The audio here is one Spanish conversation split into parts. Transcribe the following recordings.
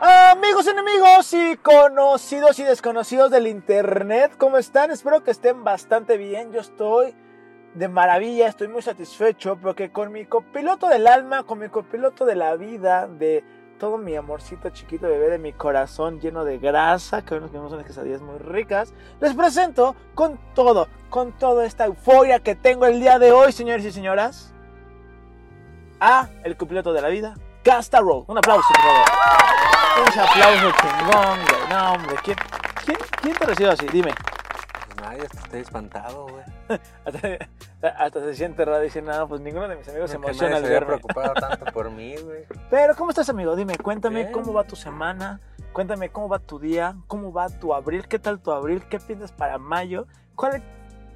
Amigos, enemigos y conocidos y desconocidos del internet, ¿cómo están? Espero que estén bastante bien. Yo estoy de maravilla, estoy muy satisfecho porque con mi copiloto del alma, con mi copiloto de la vida, de todo mi amorcito chiquito bebé de mi corazón lleno de grasa, que hoy nos comemos unas quesadillas muy ricas, les presento con todo, con toda esta euforia que tengo el día de hoy, señores y señoras, a el copiloto de la vida, Casta Roll. Un aplauso, por favor. Un aplauso chingón, güey. No, hombre, ¿quién, quién, quién te recibe así? Dime. Pues nadie, hasta estoy espantado, güey. Hasta, hasta se siente raro y dice, no, pues ninguno de mis amigos se Nunca emociona nadie al se había verme". preocupado tanto por mí, güey. Pero, ¿cómo estás, amigo? Dime, cuéntame Bien. cómo va tu semana, cuéntame cómo va tu día, cómo va tu abril, qué tal tu abril, qué piensas para mayo, cuál,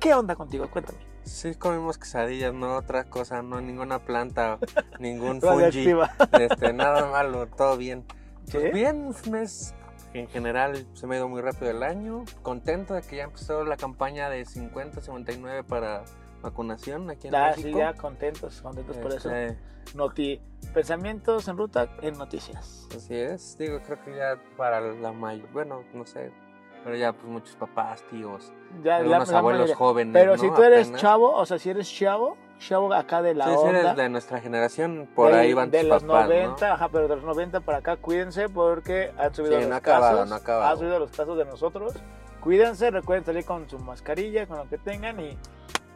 qué onda contigo, cuéntame. Sí comimos quesadillas, no otra cosa, no ninguna planta, ningún fungi, Radioactiva. este, nada malo, todo bien. Pues ¿Sí? bien, un mes en general se me ha ido muy rápido el año. Contento de que ya empezó la campaña de 50-59 para vacunación aquí en Ya, Ah, sí, México. ya, contentos, contentos por eso. Este, Noti, pensamientos en ruta en noticias. Así es, digo, creo que ya para la mayor, bueno, no sé, pero ya pues muchos papás, tíos, Ya, la- algunos la abuelos mayoría. jóvenes. Pero ¿no? si tú eres Apenas. chavo, o sea, si eres chavo, chavo acá de la Sí, si onda. eres de nuestra generación, por del- ahí van De tus los papás, 90, ajá, pero de los 90 para acá, cuídense porque han subido Sí, los no ha casos. acabado, no ha acabado. Han subido los casos de nosotros. Cuídense, recuerden salir con su mascarilla, con lo que tengan y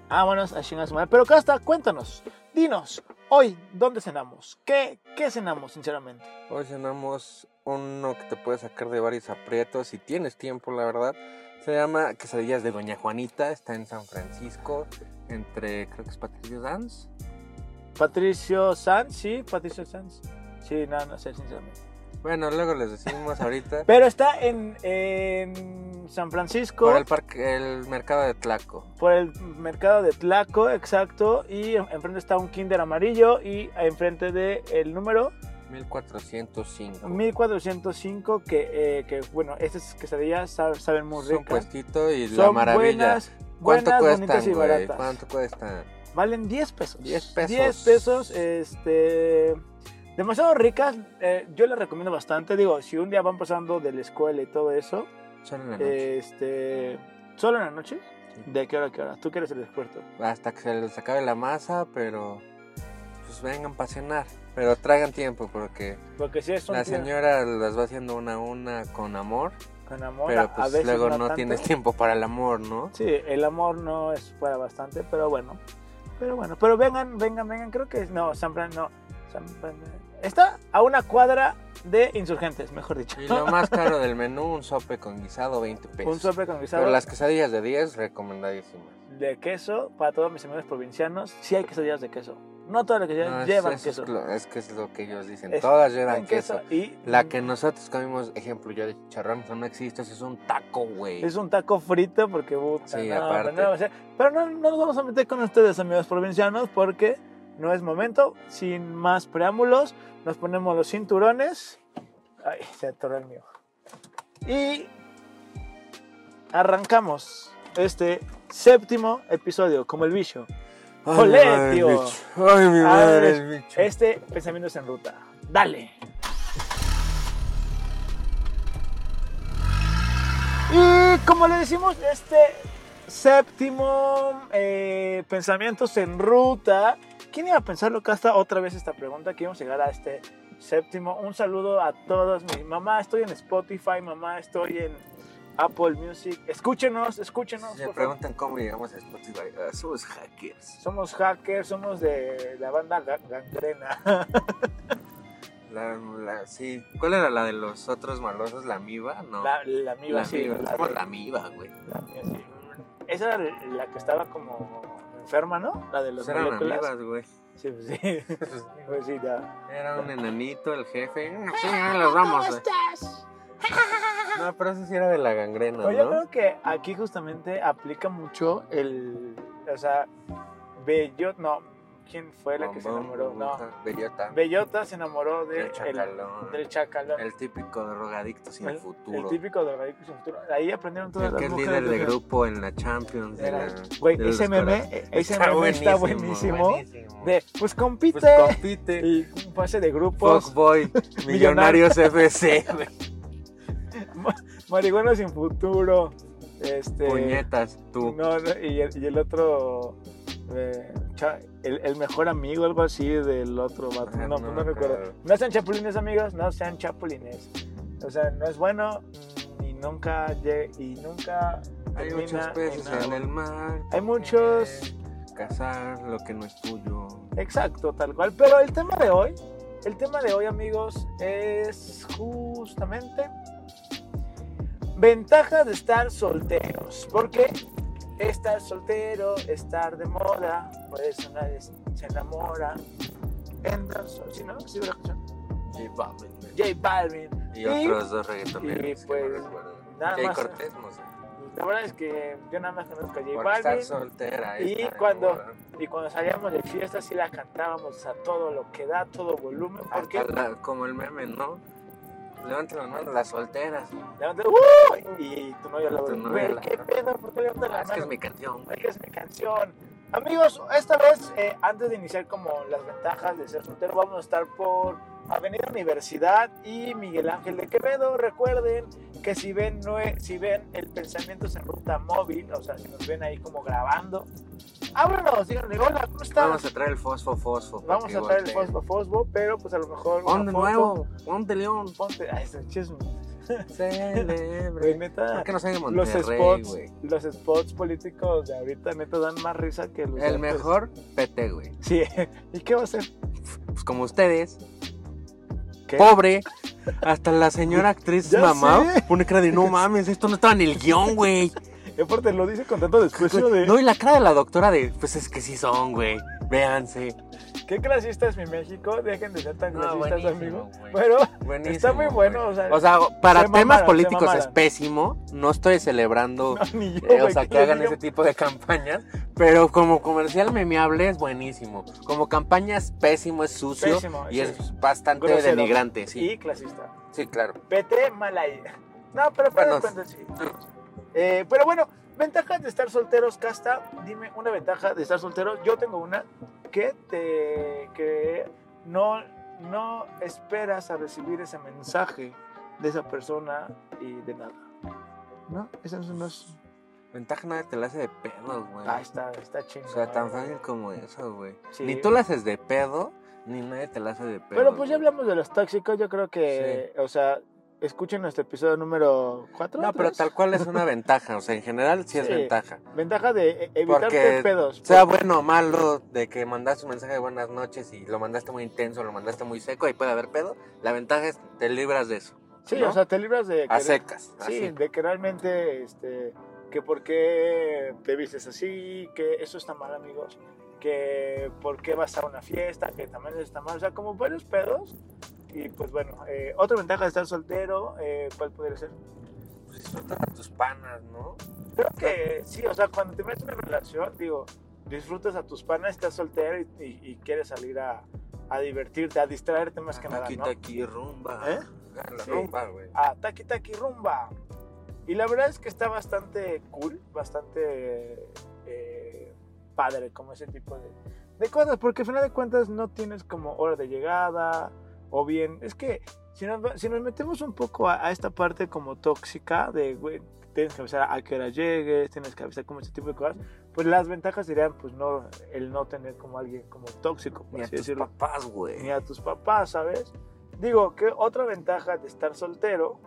vámonos a chingar a su madre. Pero Casta, cuéntanos, dinos, hoy, ¿dónde cenamos? ¿Qué, qué cenamos, sinceramente? ¿no? Hoy cenamos uno que te puede sacar de varios aprietos, si tienes tiempo, la verdad. Se llama Quesadillas de Doña Juanita, está en San Francisco, entre, creo que es Patricio Dance. Patricio Sanz, sí, Patricio Sanz. Sí, no, no sé, sinceramente. Bueno, luego les decimos ahorita. Pero está en, en San Francisco. por el parque, el mercado de Tlaco. por el mercado de Tlaco, exacto, y en- enfrente está un Kinder amarillo y enfrente de el número 1405. 1405 que, eh, que bueno, estas quesadillas sab- saben muy Es un ricas. puestito y pues, la Son maravilla. buenas, ¿Cuánto buenas, bonitas cuestan, y güey? baratas. ¿Cuánto cuestan? Valen 10 pesos. 10 pesos. 10 pesos, este demasiado ricas, eh, yo les recomiendo bastante, digo, si un día van pasando de la escuela y todo eso, Eh, Solo en la noche. este solo en la noche, de qué hora a qué hora? Tú quieres el experto. Hasta que se les acabe la masa, pero pues vengan para cenar. Pero traigan tiempo porque Porque si es un la día señora las va haciendo una a una con amor, con amor, pero a- a pues veces luego no, no tanto. tienes tiempo para el amor, ¿no? Sí, el amor no es para bastante, pero bueno. Pero bueno, pero vengan, vengan, vengan, creo que es- no, San Fran, no. San Fran- está a una cuadra de insurgentes, mejor dicho. Y lo más caro del menú, un sope con guisado, 20 pesos. Un sope con guisado Pues, Pero las quesadillas de 10, recomendadísimas. de queso para todos mis amigos provincianos. Sí hay quesadillas de queso. No todas las quesadillas No, es- llevan eso es queso. lo- Es, que es lo que ellos dicen. Es- Todas Llevan llevan queso. Y La que nosotros comimos, ejemplo, yo de chicharrón, eso no existe, eso es un taco, güey. es un taco frito porque puta, Sí, no, aparte. pero no va a ser- pero no, no nos vamos a meter con ustedes, amigos provincianos, porque no es momento. Sin más preámbulos, nos ponemos los cinturones. Ay, se atoró el mío. Y arrancamos este séptimo episodio, como el bicho. Ay, ¡Olé, mi madre, tío! el bicho. Ay, mi madre, el bicho. Este pensamiento es en ruta. Dale. Y como le decimos, este séptimo eh, pensamientos en ruta. ¿Quién iba a pensarlo, Casta? Otra vez esta pregunta que íbamos a llegar a este séptimo. Un saludo a todos. Mi mamá, estoy en Spotify, mamá, estoy en Apple Music. Escúchenos, escúchenos. Se por favor. preguntan cómo llegamos a Spotify. Ah, Somos hackers. Somos hackers, somos de la banda Ga- Gangrena. La, la- sí. ¿Cuál era la de los otros malosos? ¿La amiba? No. La, la amiga, La sí. amiba. la- Somos la amiba, güey. la amiga, sí. Esa era la que estaba como enferma, ¿no? La de las Pues eran moléculas. amibas, güey. Sí, pues sí. Pues sí, ya. Era un enanito, el jefe. Sí, ahí los vamos, güey. estás? No, pero eso sí era de la gangrena, Pero yo ¿no? creo que aquí justamente aplica mucho el. O sea, Bellota. No, ¿quién fue la que se Bombón, enamoró? No. burbuja, Bellota. Bellota se enamoró de El chacalón. el- del chacalón. El típico drogadicto sin El- futuro. el típico drogadicto sin futuro. Ahí aprendieron todas El que las es mujeres. líder de ¿no? grupo en la Champions. de Era- la- Güey, de los ese meme, corazones. ese meme está buenísimo. buenísimo. De, pues compite. Pues compite. y un pase de grupos. Fuckboy, Millonarios FC. güey. Marihuana sin futuro. Este, Puñetas, tú. No, no, y, el, y el otro. eh, cha- el, el mejor amigo, algo así del otro vato. Ah, No, pues, no, no, recuerdo. claro. No sean chapulines, amigos, no sean chapulines. O sea, no es bueno y nunca, lle- y nunca Hay termina muchos en peces en algo. el mar. Hay muchos. Cazar lo que no es tuyo. Exacto, tal cual. Pero el tema de hoy, el tema de hoy, amigos, es justamente ventajas de estar solteros. Porque estar soltero, estar de moda, por eso nadie se enamora. Entra, sol- sí, ¿no? Sí, ¿verdad? J Balvin. J Balvin. Y otros dos reggaetoneros. y que pues, no recuerdo. nada Jay más. Cortés, no sé. La verdad es que yo nada más conozco a J Por estar Balvin. soltera. Y está de cuando- moda. Y cuando salíamos de fiesta sí la cantábamos a todo lo que da, todo volumen. Porque Hasta la- como el meme, ¿no? Levanten las manos las solteras. Levanta- ¡Uh! Y tu novia Tu lo novia ve. la- ¿Qué pedo? ¿Por qué levanta la Ah, es que es mano? mi canción. Es que es mi canción. Amigos, esta vez, eh, antes de iniciar como las ventajas de ser soltero, vamos a estar por Avenida Universidad y Miguel Ángel de Quevedo. Recuerden que si ven, no es- si ven el pensamiento en ruta móvil, o sea, si nos ven ahí como grabando, háblanos, díganle, hola, ¿cómo estás? Vamos a traer el fosfo, fosfo. para Vamos que a traer el volteen. fosbo, fosbo, pero pues a lo mejor... Pon una de foto. nuevo. Pon de león. Ponte, ay, ese chisme. Güey, Celebre. neta, ¿Por qué no sale de los Monterrey, spots, güey? los spots políticos de ahorita neta dan más risa que los El otros. mejor PT, güey. Sí. ¿Y qué va a ser? Pues como ustedes, ¿Qué? pobre. Hasta la señora actriz Ya mamá sé. pone cara de no mames, esto no estaba en el guión, güey. Y aparte lo dice con tanto desprecio de No, y la cara de la doctora de, pues es que sí son, güey. Véanse. qué clasista es mi México, dejen de ser tan No, clasistas, buenísimo, amigo. güey. Pero Buenísimo, está muy güey. bueno, o sea, O sea, para se temas mamaron, se políticos es mamaron. pésimo. No estoy celebrando, no, ni yo, eh, o güey, sea, ¿qué que le hagan digo? ese tipo de campañas. Pero como comercial memeable es buenísimo. Como campaña es pésimo, es sucio Pésimo, y sí. es bastante Grosero. denigrante. Sí, y clasista. sí, claro. Vete mal ahí. No, pero para Bueno, cuenta sí. Eh, pero bueno, ventajas de estar solteros, Casta. Dime una ventaja de estar soltero. Yo tengo una que te que no no esperas a recibir ese mensaje de esa persona y de nada. No, esa no es una. Ventaja nada te la hace de pedo, güey. Ah, está, está chingón. O sea, tan fácil como eso, güey. Sí. Ni tú la haces de pedo, ni nadie te la hace de pedo. Pero pues ya güey. hablamos de los tóxicos. Yo creo que, o sea, escuchen nuestro episodio número 4. No, pero tal cual es una ventaja. O sea, en general sí es Sí. ventaja. Ventaja de e- Porque evitarte pedos. Sea bueno o malo, de que mandaste un mensaje de buenas noches y lo mandaste muy intenso, lo mandaste muy seco y puede haber pedo, la ventaja es te libras de eso. Sí, ¿no? o sea, te libras de. a querer- secas. Sí, así. de que realmente, este, que por qué te vistes así, que eso está mal, amigos, que por qué vas a una fiesta, que también eso está mal, o sea, como varios pedos. Y pues bueno, eh, otra ventaja de estar soltero, eh, ¿cuál podría ser? Pues disfruta a tus panas, ¿no? Creo que sí, o sea, cuando te metes en una relación, digo, disfrutas a tus panas, estás soltero y, y- y quieres salir a, a divertirte, a distraerte más que nada, Aquí, ¿no? aquí, rumba. ¿Eh? Ah, La Sí. rumba, güey. a Taki Taki Rumba. Y la verdad es que está bastante cool, bastante eh, padre, como ese tipo de, de cosas, porque al final de cuentas no tienes como hora de llegada, o bien, es que si nos, va- si nos metemos un poco a, a esta parte como tóxica de, güey, tienes que avisar a qué hora llegues, tienes que avisar como ese tipo de cosas, pues las ventajas serían, pues no, el no tener como alguien como tóxico, por Ni a así tus decirlo papás, güey. ni a tus papás, ¿sabes? Digo, que otra ventaja de estar soltero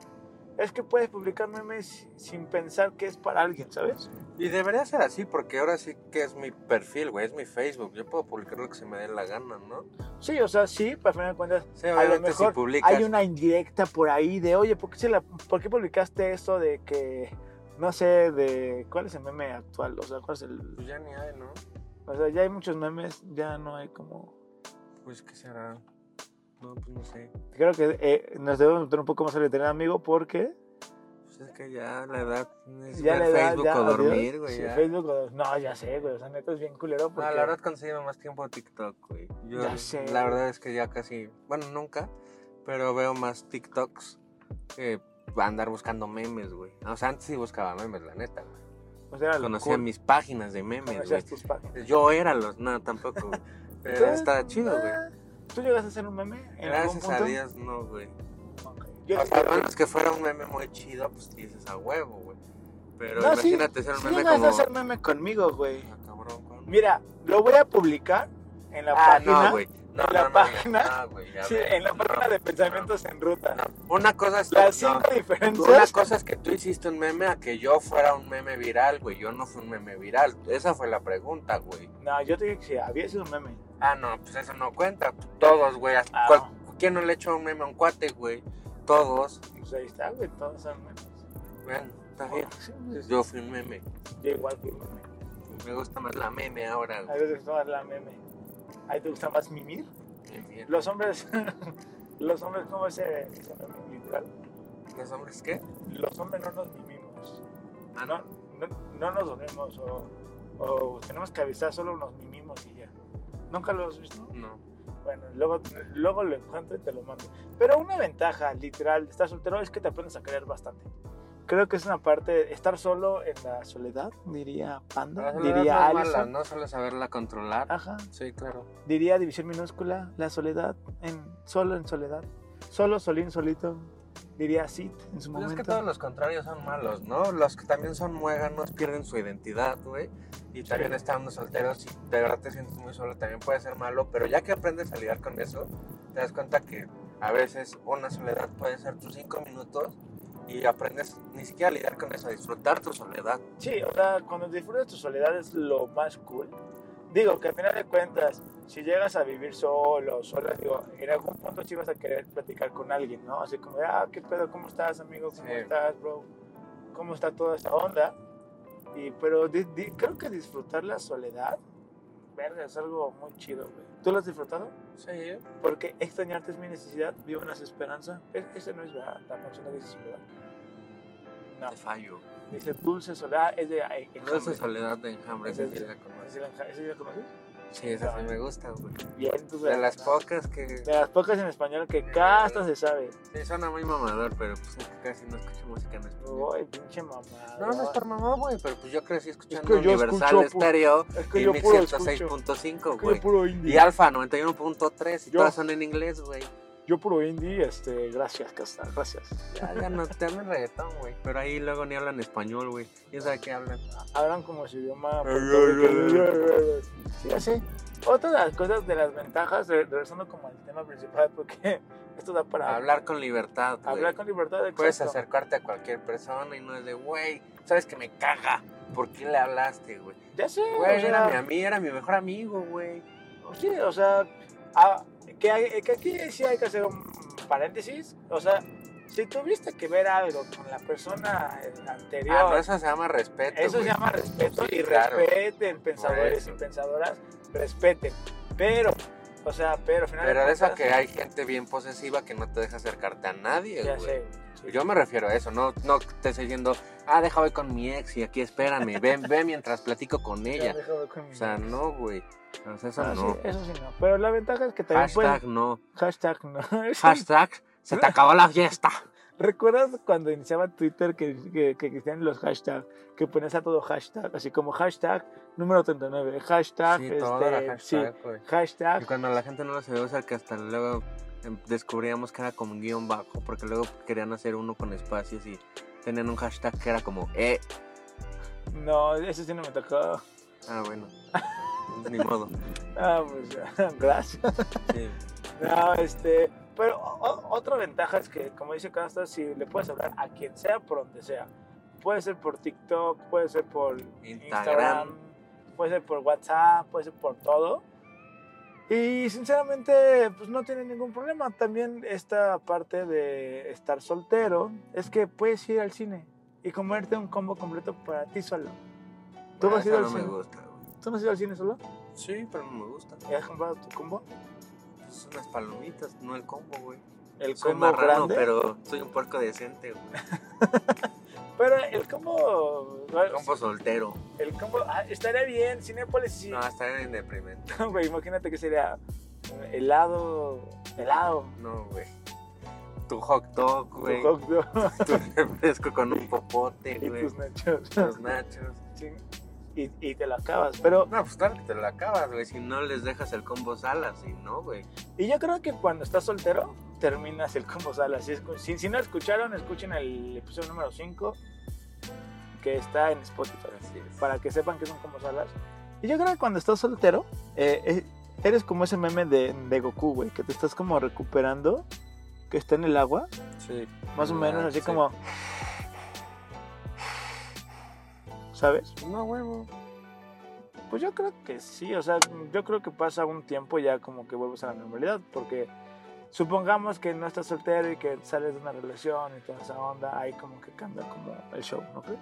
es que puedes publicar memes sin pensar que es para alguien, ¿sabes? Y debería ser así, porque ahora sí que es mi perfil, güey, es mi Facebook. Yo puedo publicar lo que se me dé la gana, ¿no? Sí, o sea, sí, para final de cuentas, Sí, a lo obviamente si mejor publicas. hay una indirecta por ahí de, oye, ¿por qué, se la- ¿por qué publicaste esto de que, no sé, de cuál es el meme actual? O sea, ¿cuál es Pues el... ya ni hay, ¿no? O sea, ya hay muchos memes, ya no hay como... Pues qué será. No, pues no sé. Creo que eh, nos debemos meter un poco más al veterinario, amigo, porque... Pues es que ya la edad es ya ver le da, Facebook ya, o adiós. dormir, güey. Sí, ya. Facebook o dormir. No, ya sé, güey. O sea, neta es bien culero. No, Porque... la verdad consigo más tiempo a TikTok, güey. Yo, Ya sé. La verdad es que ya casi, bueno, nunca, pero veo más TikToks que andar buscando memes, güey. O sea, antes sí buscaba memes, la neta. güey. O sea, era lo Conocía cool. mis páginas de memes, Conocías güey. tus páginas. Yo era los, no, tampoco, güey. Pero Entonces, estaba chido, güey. ah, ¿Tú llegas a hacer un meme? en algún Gracias a punto? Dios, no, güey. Ok. Yo- O sea, a menos que fuera un meme muy chido, pues dices a huevo, güey. Pero No, sí, imagínate ser un sí meme llegas como. a hacer meme conmigo, güey. Ah, cabrón, ¿cuándo? Mira, lo voy a publicar en la Ah, página. no, güey. No, en la no, no, página. no, güey, ya sí, ves, en la no, página de pensamientos en ruta. no. Una cosa es. Las no, cinco Una diferencias. cosa es que tú hiciste un meme a que yo fuera un meme viral, güey. Yo no fui un meme viral. Esa fue la pregunta, güey. No, yo te dije que sí, había sido un meme. Ah, no, pues eso no cuenta. Todos, güey. hasta Ah, cual- ¿Quién no le echó un meme a un cuate, güey? Todos. Pues ahí está, güey, todos son memes. Bueno, está bien. Sí, pues, Ah, Yo fui un meme. Yo igual fui meme. Me gusta más la meme ahora, A güey. veces gusta más la meme. ¿Ahí te gusta más mimir? Mierda. Los hombres. los hombres, ¿cómo se ese meme literal? ¿Los hombres qué? Los hombres no nos mimimos. Ah, No, no. no, no nos dormimos o, o tenemos que avisar, solo nos mimimos y ya. ¿Nunca lo has visto? No. Bueno, luego, luego lo encuentro y te lo mando. Pero una ventaja literal de estar soltero es que te aprendes a querer bastante. Creo que es una parte, estar solo en la soledad, diría Panda, Las diría soledad no es mala, Alison. No solo saberla controlar. Ajá, Sí, claro. diría División Minúscula, la soledad, en, solo en soledad. Solo, solín, solito. Diría Sid en su Pues es momento. que todos los contrarios son malos, ¿no? Los que también son muéganos pierden su identidad, güey. Y también estando solteros y de verdad te sientes muy solo también puede ser malo. Pero ya que aprendes a lidiar con eso, te das cuenta que a veces una soledad puede ser tus cinco minutos y aprendes ni siquiera a lidiar con eso, a disfrutar tu soledad. Sí, o sea, cuando disfrutas tu soledad es lo más cool. Digo, que al final de cuentas, si llegas a vivir solo, sola, digo, en algún punto sí vas a querer platicar con alguien, ¿no? Así como, de, ah, qué pedo, ¿cómo estás, amigo? ¿Cómo Sí. estás, bro? ¿Cómo está toda esta onda? Y, pero di- di- creo que disfrutar la soledad, verga, es algo muy chido, güey. ¿Tú lo has disfrutado? Sí, Porque extrañarte es mi necesidad, vivo en la esperanza. Es- Esa no es la, la canción de desesperanza. No, te fallo. dice dulce soledad, es de... No es Enjambre. soledad de enjambre, esa sí la conoces. ¿Ese la- ese la conoces? Sí, esa sí me gusta, güey. Bien, entonces, De las pocas que... de las pocas en español que casta se sabe. Sí, suena muy mamador, pero pues es que casi no escucho música en español. Uy, pinche mamá. No, no es por mamá, güey, pero pues yo crecí escuchando Es que yo Universal escucho, pu- Stereo Es que y yo puro escucho. 106.5, Es que yo güey. puro Y indie. Alfa 91.3 y Yo- todas son en inglés, güey. Yo puro indie, este, gracias, Casta, gracias. Ya, ya no te hablan reggaetón, güey. Pero ahí luego ni hablan español, güey. ¿Quién sabe qué hablan? Hablan como su idioma. Ay, ay, ay, Sí, así. Otra de las cosas, de las ventajas, re- regresando como al tema principal, porque esto da para Hablar con libertad, güey. hablar con libertad. exacto. Puedes acercarte a cualquier persona y no es de, güey, sabes que me caga. ¿Por qué le hablaste, güey? Ya sé, o Güey, sea, era mi amigo, era mi mejor amigo, güey. Sí, o sea, a- que, hay- que aquí sí hay que hacer un paréntesis. O sea, si tuviste que ver algo con la persona eh, anterior, Ah, no, eso se llama respeto. eso se güey. llama respeto Sí, y claro. respeten, pensadores y eso. pensadoras, respeten. Pero, o sea, pero al final. de Pero de eso cuentas, que hay gente bien posesiva que no te deja acercarte a nadie, Ya güey. sé. sí. Yo me refiero a eso, no, no te estoy diciendo, ah, deja voy con mi ex y aquí espérame, ven, ve mientras platico con Ya ella. dejo de con O mi- sea, no, güey. O sea, eso Ah, sí, no. eso sí no. Pero la ventaja es que también Hashtag puedes- no. Hashtag no. Hashtag se te acabó la fiesta. ¿Recuerdas cuando iniciaba Twitter que, que, que existían los hashtags? Que ponías a todo hashtag, así como hashtag número 39, hashtag, Sí, este, todo era sí, hashtag, güey. Y hashtag, cuando la gente no lo sabía usar, que hasta luego em, descubríamos que era como un guión bajo, porque luego querían hacer uno con espacios y tenían un hashtag que era como, eh, no, eso sí no me tocó. ah, bueno, ni modo. Ah, pues, gracias. Sí. No, este, pero o- o- otra ventaja es que, como dice Casta, si le puedes hablar a quien sea por donde sea. Puede ser por TikTok, puede ser por Instagram. Instagram, puede ser por WhatsApp, puede ser por todo. Y sinceramente, pues no tiene ningún problema. También esta parte de estar soltero es que puedes ir al cine y comerte un combo completo para ti solo. ¿Tú Ah, has ido esa al no me cine? gusta, güey. ¿Tú no has ido al cine solo? Sí, pero no me gusta. ¿Y has comprado tu combo? Pues, Son unas palomitas, no el combo, güey. El Soy marrano, pero soy un puerco decente, güey. Pero el combo. Combo soltero. El combo. ah, estaría bien. Cinépolis sí. No, estaría en deprimente. Güey, imagínate que sería eh, helado. Helado. No, güey. Tu hot dog, güey. Tu hot dog pues, Tu refresco con un popote, y güey. tus nachos. Tus nachos. Sí. Y, y te lo acabas. Pero. No, pues claro que te lo acabas, güey. Si no les dejas el combo salas, si no, güey. Y yo creo que cuando estás soltero, terminas el combo sala. Si, escu- si- si no escucharon, escuchen el episodio número 5 que está en Spotify. Así es. Para que sepan que son como salas. Y yo creo que cuando estás soltero, eh, eh, eres como ese meme de, de Goku, güey, que te estás como recuperando, que está en el agua, Sí. más o Ah, menos así sí. como... ¿Sabes? No, huevo. Pues yo creo que sí, o sea, yo creo que pasa un tiempo ya como que vuelves a la normalidad, porque supongamos que no estás soltero y que sales de una relación y toda esa onda, ahí como que cambia como el show, ¿no crees?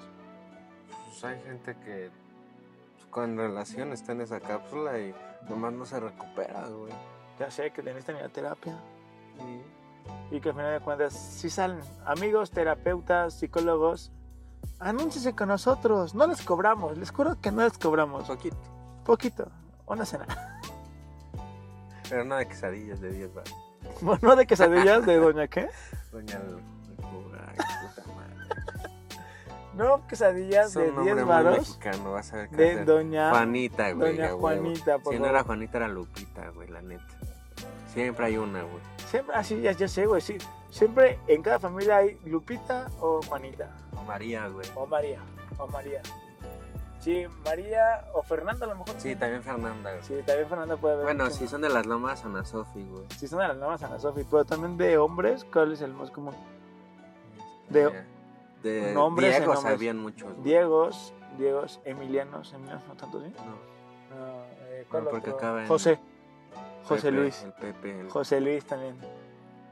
Pues hay gente que pues, con relación está en esa cápsula y nomás no se recupera, güey. Ya sé que tenés que ir a terapia Sí. y que al final de cuentas sí salen amigos, terapeutas, psicólogos, anúnciese con nosotros, no les cobramos, les juro que no les cobramos, Poquito. poquito, una cena, Pero nada de quesadillas de 10 va. no de quesadillas de doña qué, Doña Lu- Lu- ay, puta madre. no quesadillas Es un de nombre 10 muy varos mexicano, vas a ver qué de hacer. doña... Juanita, güey. Doña a huevo. Juanita, por Si no favor. era Juanita, era Lupita, güey, la neta. Siempre hay una, güey. Siempre, así ya, ya sé, güey, sí. Siempre en cada familia hay Lupita o Juanita, O María, güey. o María, o María. Sí, María o Fernanda a lo mejor. Sí, también Fernanda, güey. Sí, también Fernanda puede haber. Bueno, mucho si más. son de las lomas, Ana Sofi, güey. Sí son de las nuevas Ana Sofi, pero también de hombres, ¿cuál es el más común? De- de nombres en Diego nombres. sabían muchos. güey. Diegos, Diegos, Emilianos, Emilianos no tanto, ¿sí? No, No, eh, ¿cuál No, porque otro? acaba en- José, José Pepe, Luis, El Pepe, el, José Luis también.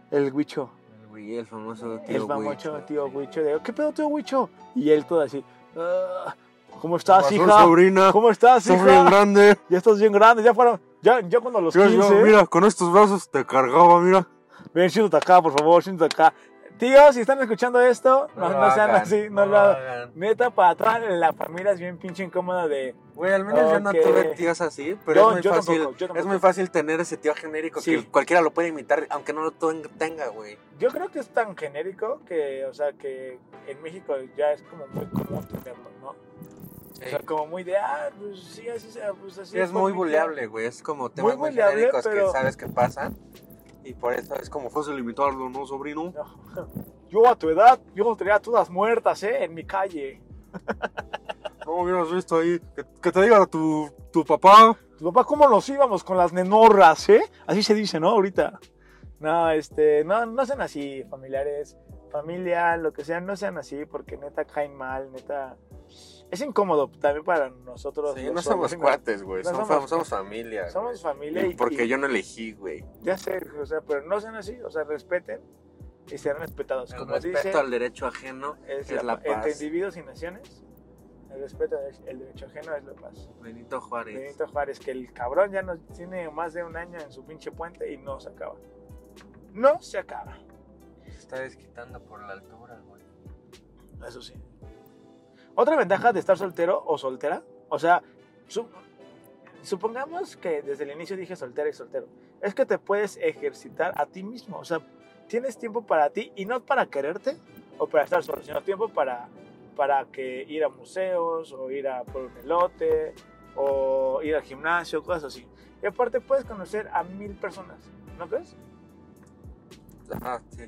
El Huicho, el güey, el famoso tío el famoso Huicho, tío sí. Huicho, de, ¿qué pedo tío Huicho? Y él todo así, "Ah, ¿cómo Pasó, estás, hija? sobrina. ¿Cómo estás, Estás hija? bien grande. Ya estás bien grande, ya fueron. Ya, ya cuando los Yo- 15. yo, mira, con estos brazos te cargaba, mira. Ven, siéntate acá, por favor, siéntate acá. Tíos, si están escuchando esto, no, no sean así, no, lo hagan. Neta, para toda la familia es bien pinche incómoda de. Güey, al menos yo no Ok. tuve tíos así, pero Yo- es muy yo fácil. tampoco, yo tampoco. es muy fácil tener ese tío genérico Sí. que cualquiera lo puede imitar, aunque no lo ten- tenga, güey. Yo creo que es tan genérico que, o sea, que en México ya es como muy común tenerlo, ¿no? O sea, como muy de, ah, pues sí, así sea, pues así. Sí, es muy bonito. buleable, güey. Es como temas Muy muy, buleable, genéricos pero- que sabes que pasan. Y por eso es como fácil imitarlo, ¿no, sobrino? No. Yo a tu edad, yo tenía todas muertas, ¿eh? En mi calle. No hubieras visto ahí. Que, que te diga tu, tu papá. Tu papá, ¿cómo nos íbamos con las nenorras, eh? Así se dice, ¿no? Ahorita. No, este, no, no sean así, familiares, familia, lo que sea, no sean así, porque neta caen mal, neta. Es incómodo también para nosotros. Sí, los no solos, somos es incómodo. cuates, güey. No somos, somos- somos, familia. Somos güey. familia y. Y Porque y- yo no elegí, güey. Ya sé, o sea, pero no sean así, o sea, respeten y sean respetados. Con Como respecto dice, al derecho ajeno, es es la- la entre paz. individuos y naciones, el respeto, del- el derecho ajeno es la paz. Benito Juárez. Benito Juárez, que el cabrón ya no tiene más de un año en su pinche puente y no se acaba. No se acaba. Se está desquitando por la altura, güey. Eso sí. Otra ventaja de estar soltero o soltera, o sea, su- supongamos que desde el inicio dije soltera y soltero, es que te puedes ejercitar a ti mismo, o sea, tienes tiempo para ti y no para quererte o para estar solo, sino tiempo para, para que ir a museos o ir a por un elote o ir al gimnasio, cosas así. Y aparte puedes conocer a mil personas, ¿no crees? Ah, sí.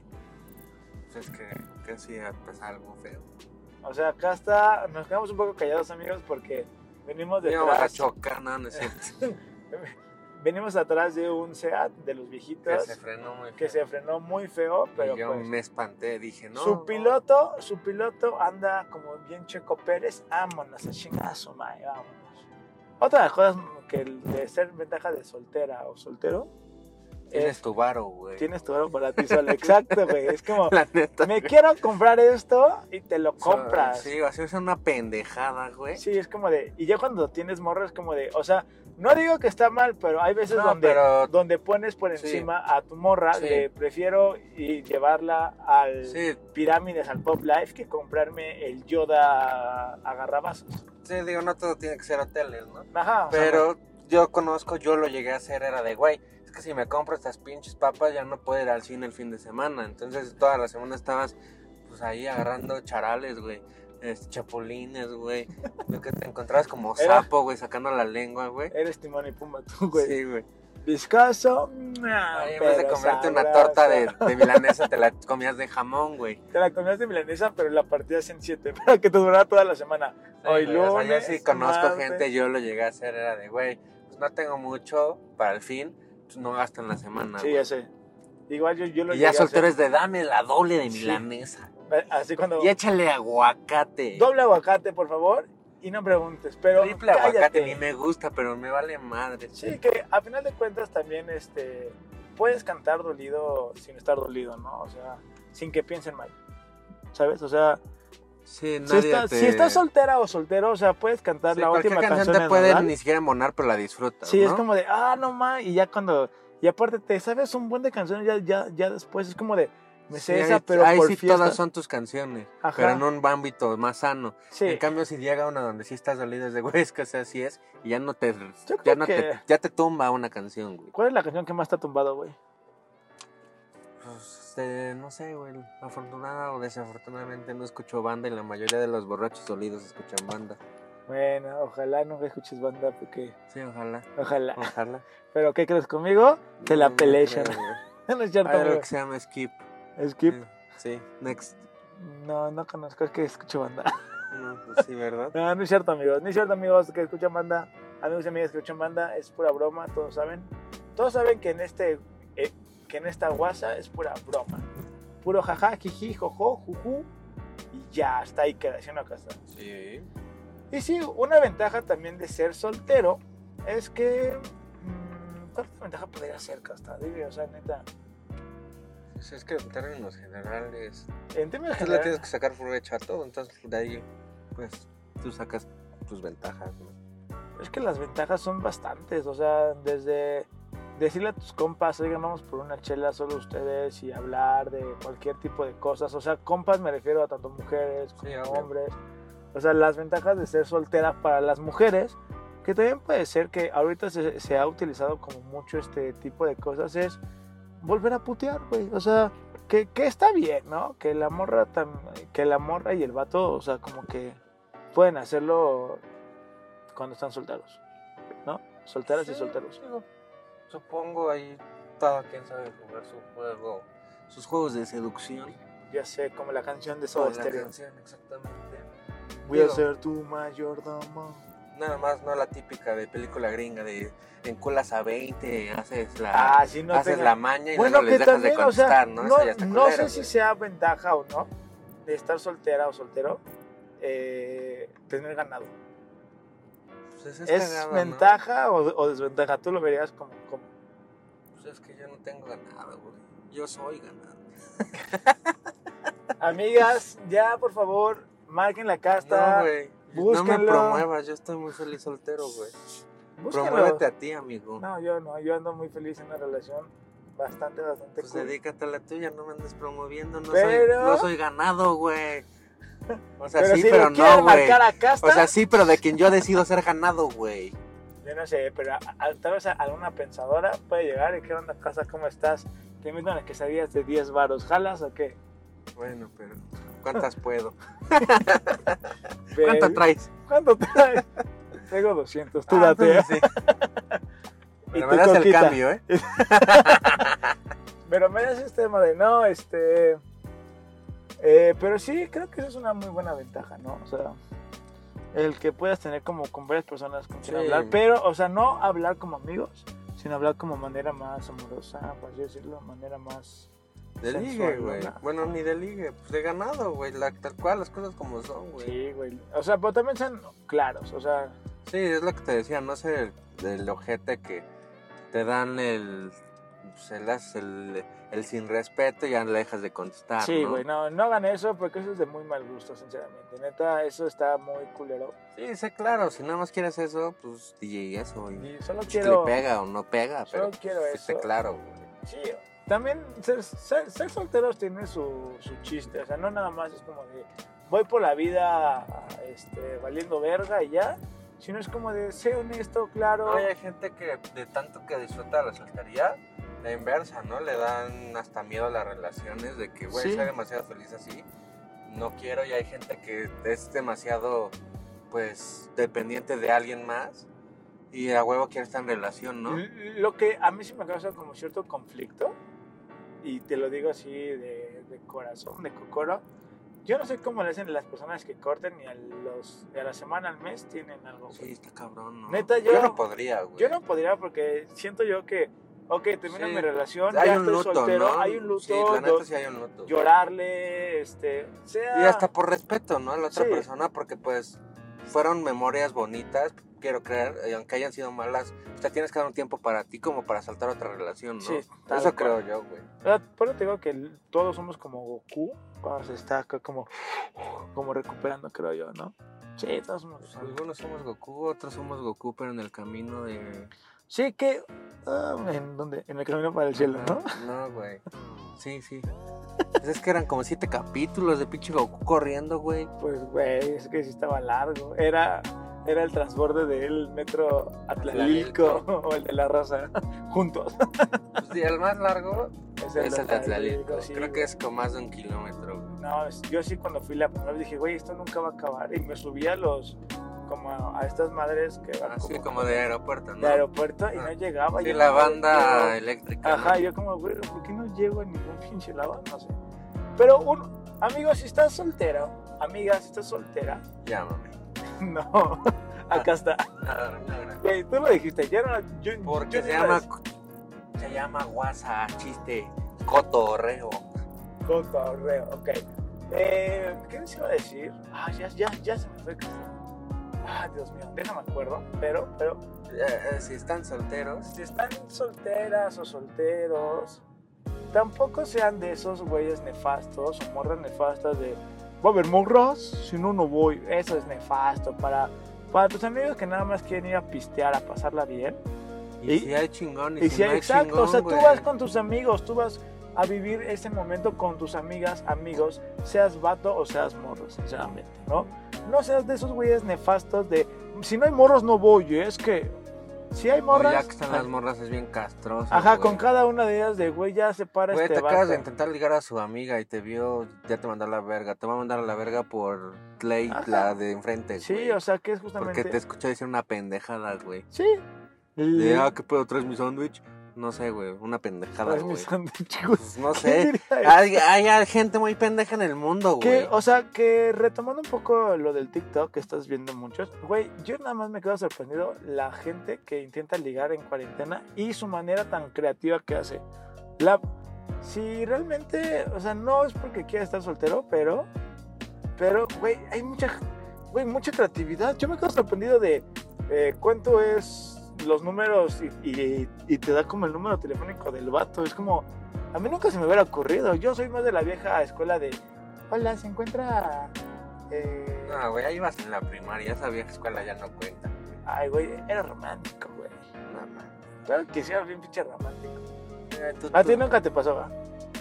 Pues es que, que sí, pues algo feo. O sea, acá está, nos quedamos un poco callados amigos porque venimos de... Íbamos a chocar, no, no es cierto. Venimos atrás de un SEAT de los que viejitos se frenó muy que se feo. frenó muy feo, pero Y yo pues, me espanté, dije, no. su no. piloto, su piloto anda como bien Checo Pérez, vámonos a chingazo, mae, vámonos. Otra de las cosas que el- de ser ventaja de soltera o soltero, Tienes tu varo, güey. tienes tu oro para ti solo, exacto, güey, es como, La neta. me quiero comprar esto y te lo O sea, compras. Sí, así es una pendejada, güey. Sí, es como de, y ya cuando tienes morro es como de, o sea, no digo que está mal, pero hay veces No, donde, pero- donde pones por Sí. encima a tu morra, Sí. de prefiero y llevarla al Sí, pirámides, al pop life, que comprarme el Yoda agarrabazos. sí, digo, no todo tiene que ser hoteles, ¿no? Ajá. o sea, Pero yo conozco, yo lo llegué a hacer, era de, güey, es que si me compro estas pinches papas ya no puedo ir al cine el fin de semana. Entonces toda la semana estabas pues ahí agarrando charales, güey. este, chapulines, güey. Lo que te encontrabas como Era- sapo, güey, sacando la lengua, güey. eres timón y pumba tú, güey. Ah, Sí, güey. Viscoso. Ay, En en vez de comerte una torta de, de milanesa, te la comías de jamón, güey. Te la comías de milanesa, pero la partías en siete para que te durara toda la semana. Hoy O sea, lunes, yo sí conozco martes. gente, yo lo llegué a hacer, era de, güey, pues no tengo mucho para el fin, pues no gasto en la semana. Sí, güey". ya sé. Igual yo, yo lo y llegué ya a hacer. soltero es de, dame la doble de Sí. milanesa. Así cuando... Y échale aguacate. Doble aguacate, por favor. Y no preguntes, pero Triple cállate. aguacate, ni me gusta, pero me vale madre. Sí, que a final de cuentas también este, puedes cantar dolido sin estar dolido, ¿no? O sea, sin que piensen mal. ¿Sabes? O sea, Sí, nadie si, estás- te- si estás soltera o soltero, o sea, puedes cantar Sí, la cualquier última canción canción. te en puede Nadal. ni siquiera monar, pero la disfrutas, Sí, ¿no? es como de, ah, no ma, y ya cuando. Y aparte, te sabes un buen de canciones ya, ya, ya después. Es como de, me sé Sí, esa, ahí- pero ahí por sí fiesta. todas son tus canciones, Ajá. pero en un ámbito más sano. Sí. En cambio, si llega una donde sí estás dolido, es de, güey, es que o sea, así es, y ya no te, creo ya no que- te, ya te tumba una canción, güey. ¿Cuál es la canción que más te ha tumbado, güey? Pues, este, no sé, güey, afortunada o desafortunadamente no escucho banda y la mayoría de los borrachos dolidos escuchan banda. Bueno, ojalá nunca escuches banda, porque. Sí, ojalá, Ojalá. ojalá. ¿Pero qué crees conmigo? Te la Oh. No, no pelean. creo, güey. No es cierto, Hay algo amigo. que se llama Skip. Eh, Skip. Sí, next. No, no conozco, es que escucho banda. No, pues sí, ¿verdad? No, no es cierto, amigos. No es cierto, amigos, que escuchan banda. Amigos y amigas que escuchan banda, es pura broma, todos saben. Todos saben que en este eh, que en esta guasa es pura broma. Puro jaja, jiji, jojo, juju. Y ya, hasta ahí queda, ¿sí o no, Castro? Sí. Y sí, una ventaja también de ser soltero es que. mm, ¿Cuál ventaja podría ser, Casta? Dime, o sea, neta. Pues es que en términos generales, En términos tú le generales. tienes que sacar provecho a todo, entonces de ahí, pues, tú sacas tus ventajas, ¿no? Es que las ventajas son bastantes, o sea, desde decirle a tus compas, oigan, vamos por una chela solo ustedes y hablar de cualquier tipo de cosas, o sea, compas me refiero a tanto mujeres como Sí, obvio. hombres, o sea, las ventajas de ser soltera para las mujeres, que también puede ser que ahorita se, se ha utilizado como mucho este tipo de cosas, es volver a putear, güey, o sea, que, que está bien, ¿no? Que la morra, tam- que la morra y el vato, o sea, como que pueden hacerlo cuando están solteros, ¿no? Solteras y Sí, solteros. digo, Supongo ahí cada quien sabe jugar su juego, sus juegos de seducción. Ya sé, como la canción de Soda Con la Stereo. canción, exactamente. Voy a Digo, ser tu mayordomo. Nada más, no la típica de película gringa de enculas a 20, haces la, Ah, sí, no haces tenga- la maña y Bueno, luego que les dejas también, de o sea, contestar, ¿no? no, Eso ya está no culero, sé si güey. sea ventaja o no de estar soltera o soltero, eh, tener ganado. Pues es ¿Es cagado, ¿no? ventaja o, o desventaja? Tú lo verías como... como... Pues es que yo no tengo ganado, güey. Yo soy ganado. Amigas, ya por favor, marquen la casta. No, güey. No me búsquenlo. promuevas, yo estoy muy feliz soltero, güey. búsquenlo. Promuévete a ti, amigo. No, yo no, yo ando muy feliz en una relación bastante, bastante Pues cool. dedícate a la tuya, no me andes promoviendo, no, Pero- soy, no soy ganado, güey. O sea, pero sí, si pero lo quieren no, güey. marcar a casta, O sea, sí, pero de quien yo decido ser ganado, güey. yo no sé, pero a- a- tal vez a- alguna pensadora puede llegar y qué onda casa, ¿cómo estás? Te invito a las quesadillas de 10 varos, ¿jalas o qué? Bueno, pero ¿cuántas puedo? Ve- ¿Cuántas traes? ¿Cuánto traes? Tengo 200, tú date. ¿eh? Ah, entonces sí. Y Pero tu me das el coquita. cambio, ¿eh? Pero me das este tema de no, este. eh, pero sí, creo que eso es una muy buena ventaja, ¿no? O sea, el que puedas tener como con varias personas con quien Sí. hablar, pero, o sea, no hablar como amigos, sino hablar como manera más amorosa, por así decirlo, manera más. De Sensual, ligue, güey. ¿no? Bueno, ni de ligue, pues de ganado, güey. la- Tal cual, las cosas como son, güey. Sí, güey. O sea, pero también sean claros, o sea, Sí, es lo que te decía, no sé, del ojete que te dan el, pues, el, as- el- el sin respeto y ya le dejas de contestar, sí, ¿no? güey, no, no hagan eso porque eso es de muy mal gusto, sinceramente. Neta, eso está muy culero. Sí, sé, claro, si nada más quieres eso, pues DJ eso, y Y solo si quiero. le pega o no pega, solo pero quiero pues, eso. claro, güey. Sí, también ser, ser- ser solteros tiene su, su chiste, o sea, no nada más es como de voy por la vida este, valiendo verga y ya, sino es como de sé honesto, claro. No, y hay gente que de tanto que disfruta de la soltería, la inversa, ¿no? Le dan hasta miedo a las relaciones de que, güey, Sí. soy demasiado feliz así, no quiero. Y hay gente que es demasiado, pues, dependiente de alguien más y a huevo quiere estar en relación, ¿no? L- Lo que a mí sí me causa como cierto conflicto, y te lo digo así de, de corazón, de cocoro, yo no sé cómo le hacen las personas que corten y a, los, y a la semana, al mes, tienen algo. Sí, está cabrón, ¿no? Neta, yo- no podría, güey. Yo no podría porque siento yo que, ok, termino Sí. mi relación, Hay ya un estoy luto, soltero, ¿no? hay un luto, Sí, la do- neta sí hay un luto. llorarle, este, sea... Y hasta por respeto, ¿no? A la otra Sí. persona, porque pues fueron memorias bonitas, quiero creer, y aunque hayan sido malas, te tienes que dar un tiempo para ti como para saltar otra relación, ¿no? Sí, tal Eso cual. creo yo, güey. Ah, Por eso te digo que el- todos somos como Goku, cuando se está acá como, como recuperando, creo yo, ¿no? Sí, todos somos Pues Goku. algunos somos Goku, otros somos Goku, pero en el camino de... Sí, que... ah, ¿En dónde? En el camino para el cielo, ¿no? No, güey. Sí, sí. Pues es que eran como siete capítulos de pinche Goku corriendo, güey. Pues, güey, es que sí estaba largo. Era, era el transborde del metro Atlalilco o el de La Rosa, juntos. Pues, y el más largo Es es el de Atlalilco. sí, Creo güey. que es con más de un kilómetro, güey. No, es- yo sí cuando fui la primera vez dije, güey, esto nunca va a acabar. Y me subí a los, como a, a estas madres que van Así Ah, como de aeropuerto, Ah, ¿no? de aeropuerto y Ah. no llegaba. Sí, Yo la como de, banda "Tío". eléctrica. Ajá, ¿no? yo como, güey, ¿por qué no llego a ningún pinche lado? No sé. Pero, un, amigo, si estás soltero, amiga, si estás soltera, Llámame. no, acá está. Ahora, ahora. Güey, tú lo dijiste, yo no, yo, yo Porque se no iba a llama, decir se llama guasa, chiste, cotorreo. Cotorreo, ok. Eh, ¿Qué les iba a decir? Ah, ya, ya, ya se me fue. Ah, Dios mío, ya no me acuerdo, pero, pero, Eh, eh, si están solteros, si están solteras o solteros, tampoco sean de esos güeyes nefastos o morras nefastas de, va a haber morras, si no, no voy. Eso es nefasto para, para tus amigos que nada más quieren ir a pistear, a pasarla bien. y, Y- si hay chingón, y, Y si, si no hay exacto, chingón, o sea, güey. tú vas con tus amigos, tú vas a vivir ese momento con tus amigas, amigos, seas vato o seas morro, sinceramente, ¿no? No seas de esos güeyes nefastos de, si no hay morros no voy, ¿eh? es que si hay O morras... Ya que están las morras, es bien castroso. Ajá, güey. con cada una de ellas de güey ya se para Güey, este te acabas de vato. intentar ligar a su amiga y te vio, ya te mandó a la verga. Te va a mandar a la verga por Clay, Ajá. la de enfrente. Sí, güey. o sea que es Porque justamente... te escuchó decir una pendejada, güey. Sí. De, ah, ¿qué pedo? ¿Traes mi sándwich? No sé, güey, una pendejada, Pues, mi güey. sándwich, güey. Pues, no ¿Qué sé. diría eso? Hay, hay gente muy pendeja en el mundo, Que, güey. o sea, que retomando un poco lo del TikTok que estás viendo muchos, güey, yo nada más me quedo sorprendido la gente que intenta ligar en cuarentena y su manera tan creativa que hace. La, si realmente, o sea, no es porque quiera estar soltero, pero, pero, güey, hay mucha, güey, mucha creatividad. Yo me quedo sorprendido de eh, cuánto es los números y, y- y te da como el número telefónico del vato. Es como, a mí nunca se me hubiera ocurrido. Yo soy más de la vieja escuela de, hola, se encuentra... eh, No, güey, ahí vas en la primaria, esa vieja escuela ya no cuenta. güey. Ay, güey, era romántico, güey. No, no. Claro que sí, era bien pinche romántico. Eh, tú- A ti tú- nunca te pasó, va?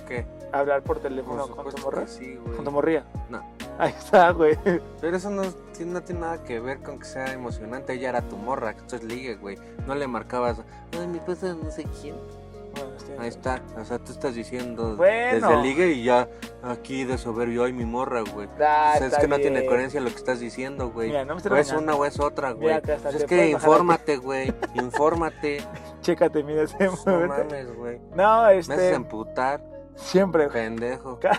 ¿Qué? Hablar por Por teléfono con tu supuesto morra. que sí, güey. Con tu morría. No. Ahí está, güey. Pero eso no, ti- no tiene nada que ver con que sea emocionante. Ella era tu morra, esto es ligue, güey. No le marcabas, ay, mi esposa no sé quién. Bueno, sí, Ahí está, o sea, tú estás diciendo Bueno. desde ligue y ya aquí de soberbio, ay, mi morra, güey. Ah, O sea, es está que no tiene bien. coherencia lo que estás diciendo, güey. Pues Mira, no me estoy O es regañando. una o es otra, güey. Mira, que hasta Pues te es que puedes bajar infórmate, güey. Infórmate. Chécate, mira ese No momento. mames, güey. No, Me haces em- este. emputar, Siempre, güey. pendejo. Ca-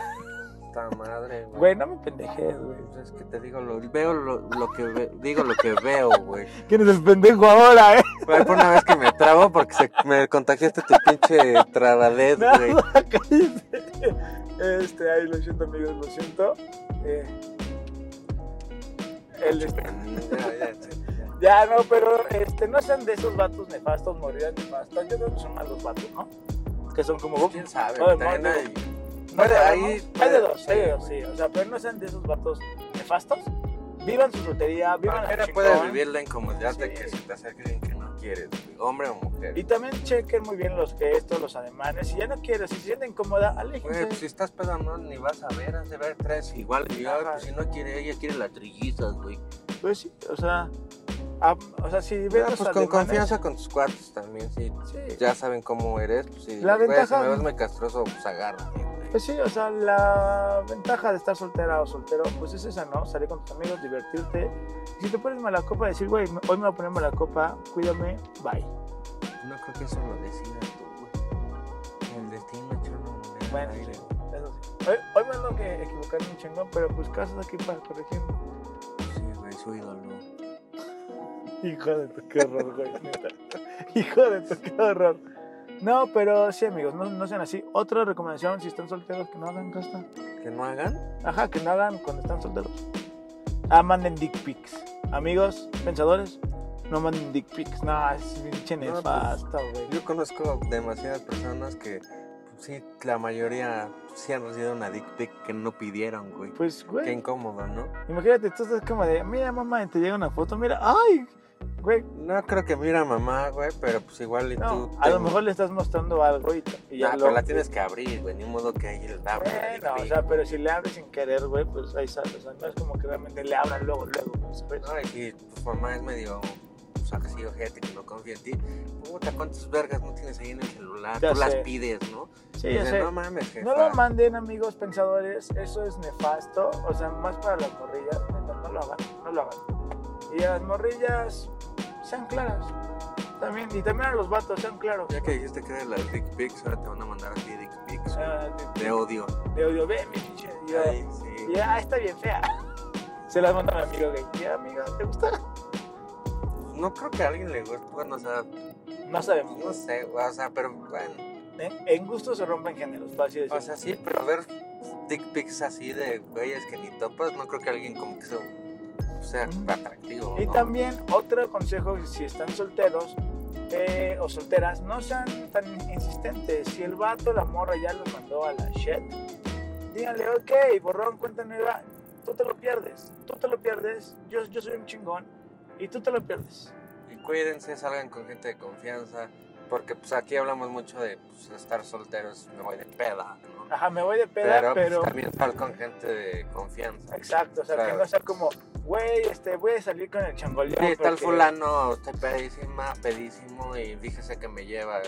Puta madre, güey. Güey, no me pendejes, güey. Pues Es que te digo, lo, veo lo, lo que ve- digo lo que veo, güey. ¿Quién es el pendejo ahora, eh? Fue por una vez que me trabo porque se- me contagiaste tu pinche trabadez, No, güey. cállate. Este, ay, lo siento, amigos, lo siento. Eh, el, este, Ya, ya, ya. Ya, no, pero este, no sean de esos vatos nefastos, morridas nefastas. Yo creo que son malos vatos, ¿no? Que son como. ¿Quién sabe? Oye, También Marco. hay- Oh. No Puede, sabemos. ahí- Hay de puede, dos, hay de dos, sí. sí. O sea, pero no sean de esos vatos nefastos. Vivan su soltería, vivan Cualquiera la puede vivir la incomodidad de Sí. que se te acerquen que no quieres, güey. hombre o mujer. Y también chequen muy bien los gestos, los ademanes. Si ya no quieres, si se sienten incómoda, aléjense. Güey, pues si estás pedo, no, ni vas a ver, has de ver tres igual. Y, ay, Ajá. pues si no quiere, ella quiere las trillizas, güey. Pues sí, o sea, am- o sea, si ves Ah, los pues con ademanes, confianza con tus cuartos también, sí. sí. Ya saben cómo eres, pues sí. La güey, ventaja- Si me ves muy castroso, pues agárrame, güey. Pues sí, o sea, la ventaja de estar soltera o soltero, pues es esa, ¿no? Salir con tus amigos, divertirte. Y si te pones mala copa, decir, güey, me- hoy me voy a poner mala copa, cuídame, bye. No creo que eso lo decida tú, güey. El destino echó una moneda Bueno, al aire. sí, eso sí. Hoy, hoy me ando que equivocarme un chingón, pero pues casos aquí para corregir. Sí, güey, su ídolo. Hijo de tu, qué horror, güey. neta. Hijo de tu, qué horror. No, pero sí, amigos, no, no sean así. Otra recomendación, si están solteros, que no hagan casta. ¿Que no hagan? Ajá, que no hagan cuando están solteros. Ah, manden dick pics. Amigos, pensadores, no manden dick pics. No, es pinche No, pues, nefasto, güey. Yo conozco demasiadas personas que, pues, sí, la mayoría pues, sí han recibido una dick pic que no pidieron, güey. Pues, Qué güey, incómodo, ¿no? imagínate, tú estás como de, mira, mamá, y te llega una foto, mira, ¡ay! Güey, No creo que mira a mamá, güey, pero pues igual y no, tú. a lo tengo- mejor le estás mostrando algo y, y ya Ah, lo... pero la tienes que abrir, güey. Ni modo que ahí le da Bueno, o sea, pero si le abres sin querer, güey, pues ahí sale. O sea, no es como que realmente le abran luego, luego, güey, ¿sabes? No, y si tu mamá es medio pues, así ojete que no confía en ti, puta, ¿cuántas vergas no tienes ahí en el celular? Ya Tú las sé. pides, ¿no? Sí, ya Dices, sé. No mames, jefa. No lo manden, amigos pensadores, eso es nefasto. O sea, más para las morrillas, neta, no lo hagan, no lo hagan. Y a las morrillas, sean claras. También, y también a los vatos, sean claros. Ya que dijiste que era las dick pics, ahora te van a mandar a ti dick pics. güey, Ah, De odio. de audio, ve, mi pinche. y yo, Ay, sí. Y ya, está bien fea. Se las manda a mi amigo gay. Ya, amiga, ¿te gusta? No creo que a alguien le guste. Bueno, o sea, No sabemos. no sé, güey, o sea, pero bueno. ¿eh? En gusto se rompen géneros, fácil decir. O sea, sí, pero ver dick pics así de güeyes que ni topas, no creo que alguien como que sea, sea Mm. atractivo. Y ¿no? también otro consejo, si están solteros eh, o solteras, no sean tan insistentes. Si el vato, la morra ya los mandó a la shit, díganle, ok, borrón, cuenta nueva, tú te lo pierdes, tú te lo pierdes, yo, yo soy un chingón y tú te lo pierdes. Y cuídense, salgan con gente de confianza, porque pues aquí hablamos mucho de pues, estar solteros, me voy de peda, ¿no? Ajá, me voy de peda, pues, pero... también estar con gente de confianza. Exacto, o sea, que Claro. no sea como, güey, este, voy a salir con el changoleón. Sí, está el porque- fulano, está pedísima, pedísimo, y fíjese que me lleva.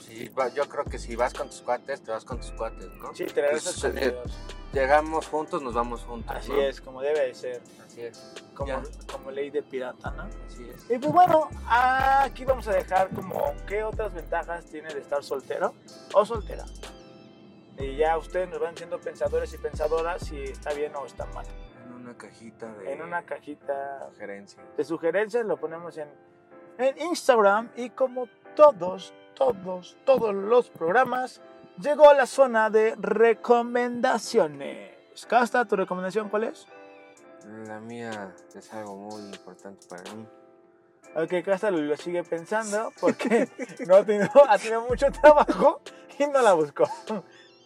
Sí, va- yo creo que si vas con tus cuates, te vas con tus cuates, ¿no? Sí, te regresas Pues, con eh, ellos. Llegamos juntos, nos vamos juntos. Así ¿no? es, como debe de ser, Así es. como, Ya. como ley de pirata, ¿no? Así es. Y pues bueno, aquí vamos a dejar como qué otras ventajas tiene el estar soltero o soltera. Y ya ustedes nos van siendo pensadores y pensadoras si está bien o está mal. En una cajita de. En una cajita Sugerencia. de sugerencias lo ponemos en, en Instagram y como todos, todos, todos los programas, llegó a la zona de recomendaciones. Casta, ¿tu recomendación cuál es? La mía es algo muy importante para mí. Ok, Casta lo, lo sigue pensando porque no ha tenido, ha tenido mucho trabajo y no la buscó.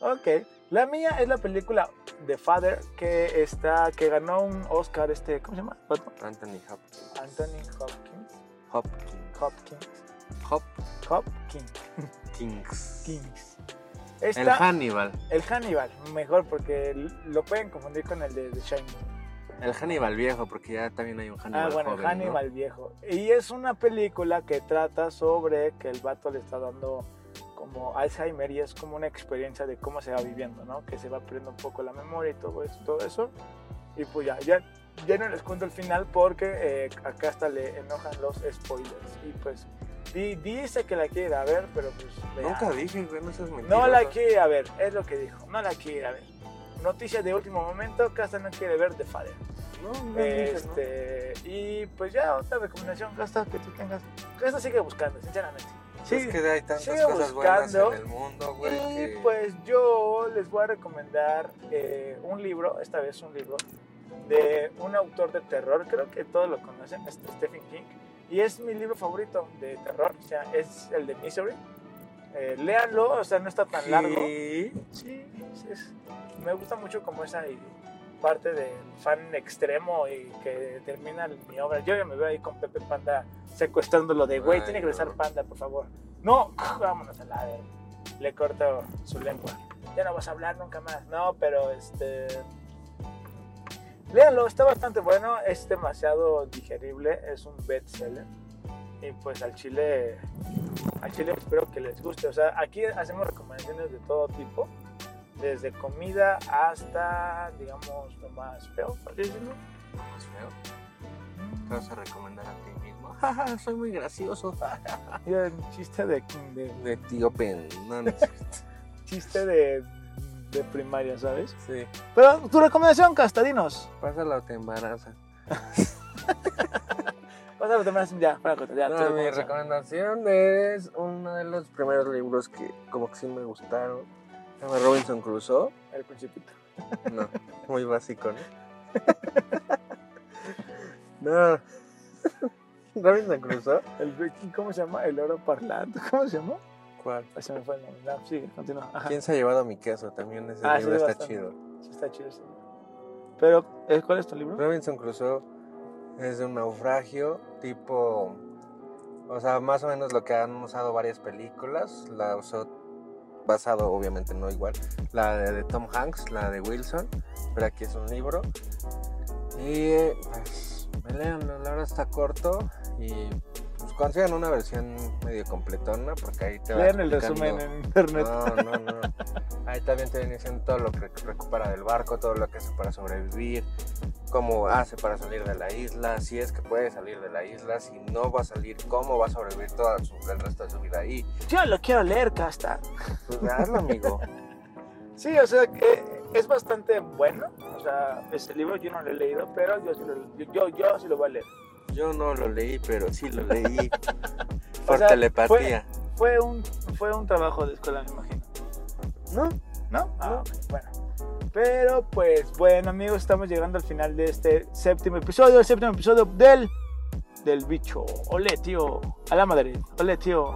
Ok, la mía es la película The Father que está, que ganó un Oscar este, ¿cómo se llama? Anthony Hopkins. Anthony Hopkins, Hopkins. Hopkins, Hopkins. Hopkins, Kings. El Está Hannibal. el Hannibal, mejor porque lo pueden confundir con el de The Shining. El Hannibal viejo, porque ya también hay un Hannibal Ah, bueno, joven, ¿no? Hannibal viejo. Y es una película que trata sobre que el vato le está dando como Alzheimer y es como una experiencia de cómo se va viviendo, ¿no? Que se va perdiendo un poco la memoria y todo eso. Todo eso. Y pues ya, ya, ya no les cuento el final porque eh, acá hasta le enojan los spoilers. Y pues di- dice que la quiere ir a ver, pero pues... vea. Nunca dije, güey, no seas mentiroso. No la quiere ir a ver, es lo que dijo. No la quiere ir a ver. Noticias de último momento, Casta no quiere ver The Father. No, no dije, ¿no? Este, y pues ya, otra recomendación, Casta, que tú tengas. Casta sigue buscando, sinceramente. Sí, Es que hay tantas sigue cosas buenas buscando. en el mundo, güey. y que- pues yo les voy a recomendar eh, un libro, esta vez un libro, de un autor de terror, creo que todos lo conocen, este Stephen King. Y es mi libro favorito de terror, o sea, es el de Misery. Eh, léanlo, o sea, no está tan largo. Sí. Sí, es- es- me gusta mucho como esa y- parte de fan extremo y que termina mi obra. Yo ya me veo ahí con Pepe Panda secuestrándolo de, güey, Ay, tiene que regresar no. Panda, por favor. No, vámonos a la de... Le corto su lengua. Ya no vas a hablar nunca más. No, pero este... Léanlo, está bastante bueno, es demasiado digerible, es un bestseller. Y pues al chile, al chile espero que les guste. O sea, aquí hacemos recomendaciones de todo tipo desde comida hasta, digamos, lo más feo, por así decirlo. Lo más feo. Te Pues, vas a recomendar a ti mismo. Ja, ja, soy muy gracioso. Yo, Ah, un chiste de, de- De tío Pen. No, no es cierto. chiste de, de primaria, ¿sabes? Sí. Pero tu recomendación, Castadinos. Pásala o te embaraza. Pásalo también así, ya, para contar, ya. No, tu mi recomendación. recomendación es uno de los primeros libros que como que sí me gustaron. Se llama Robinson Crusoe. El principito. No, muy básico, ¿no? No. Robinson Crusoe. El, ¿Cómo se llama? El oro parlante. ¿Cómo se llama? ¿Cuál? Ahí Se me fue el nombre. No, sigue, continúa. Ajá. ¿Quién se ha llevado mi queso? También ese Ah, libro sí, está bastante. chido. Sí, está chido ese. Pero, ¿eh, ¿cuál es tu libro? Robinson Crusoe es de un naufragio tipo... O sea, más o menos lo que han usado varias películas. La usó basado, obviamente, no igual. La de, de Tom Hanks, la de Wilson. Pero aquí es un libro. Y eh, pues, léanlo, la verdad está corto. Y pues consigan una versión medio completona porque ahí te va Lean el explicando- resumen en internet. no, no, no. Ahí también te viene diciendo todo lo que recupera del barco, todo lo que hace para sobrevivir, cómo hace para salir de la isla, si es que puede salir de la isla, si no va a salir, cómo va a sobrevivir todo el resto de su vida ahí. Yo lo quiero leer, Casta. Pues hazlo, amigo. Sí, o sea, que es bastante bueno. O sea, ese libro yo no lo he leído, pero yo sí lo, yo, yo, yo sí lo voy a leer. Yo no lo leí, pero sí lo leí. O Por sea, telepatía. Fue un, fue un trabajo de escuela, me imagino. ¿No? ¿No? Ah, No. ok, bueno. Pero pues bueno amigos, estamos llegando al final de este séptimo episodio, el séptimo episodio del del bicho. Ole tío, a la madre. Ole tío.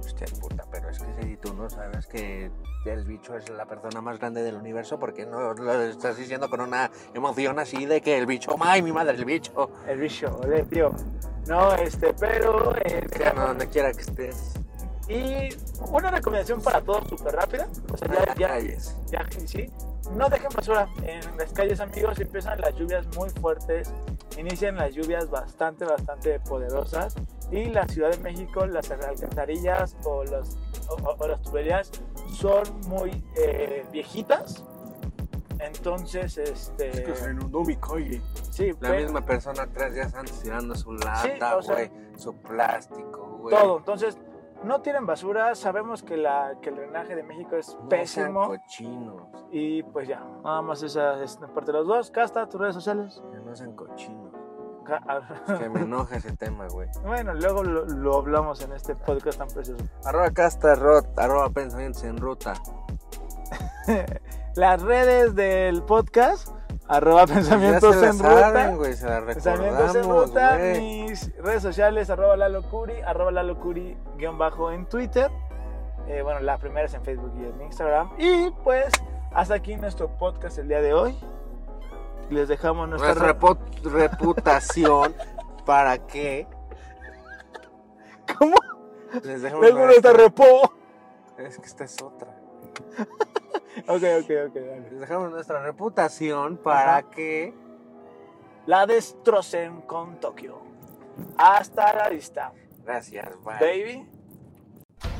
Hostia puta, pero es que si tú no sabes que el bicho es la persona más grande del universo, ¿por qué no lo estás diciendo con una emoción así de que el bicho, ¡ay, mi madre, el bicho! El bicho, ole tío. No, este, pero este, Créame donde quiera que estés. y una recomendación para todos súper rápida. O sea, ya, ya, calles. ya que sí. No dejen basura en las calles, amigos. Empiezan las lluvias muy fuertes, inician las lluvias bastante, bastante poderosas. Y la Ciudad de México, las alcantarillas o, los, o, o- o las tuberías son muy eh, viejitas. Entonces, este. inundó mi calle. Sí, La ve- misma persona tres días antes tirando su Sí, lata, o sea- güey. su plástico, güey. todo. Entonces, no tienen basura. Sabemos que, la, que el drenaje de México es No sean pésimo. cochinos. Y pues ya, nada más esa es parte de los dos. Casta, tus redes sociales. Que no sean cochinos. Ca- Es que me enoja ese tema, güey. Bueno, luego lo, lo hablamos en este podcast tan precioso. Arroba casta rot, arroba pensamientos en ruta. Las redes del podcast, arroba pensamientos ya se la en saben, ruta. güey, se la Pensamientos en recordamos, ruta, güey. mis redes sociales, arroba lalocuri, arroba lalocuri, guión bajo en Twitter. Eh, bueno, la primera es en Facebook y en Instagram. Y pues, hasta aquí nuestro podcast el día de hoy. Les dejamos nuestra... Nuestra repo- reputación, ¿para qué? ¿Cómo? Les dejamos Tengo nuestra nuestra- repo. Es que esta es otra. Ok, ok, ok. dale. Les dejamos nuestra reputación para que... La destrocen con Tokio. Hasta la vista. Gracias, bye. baby.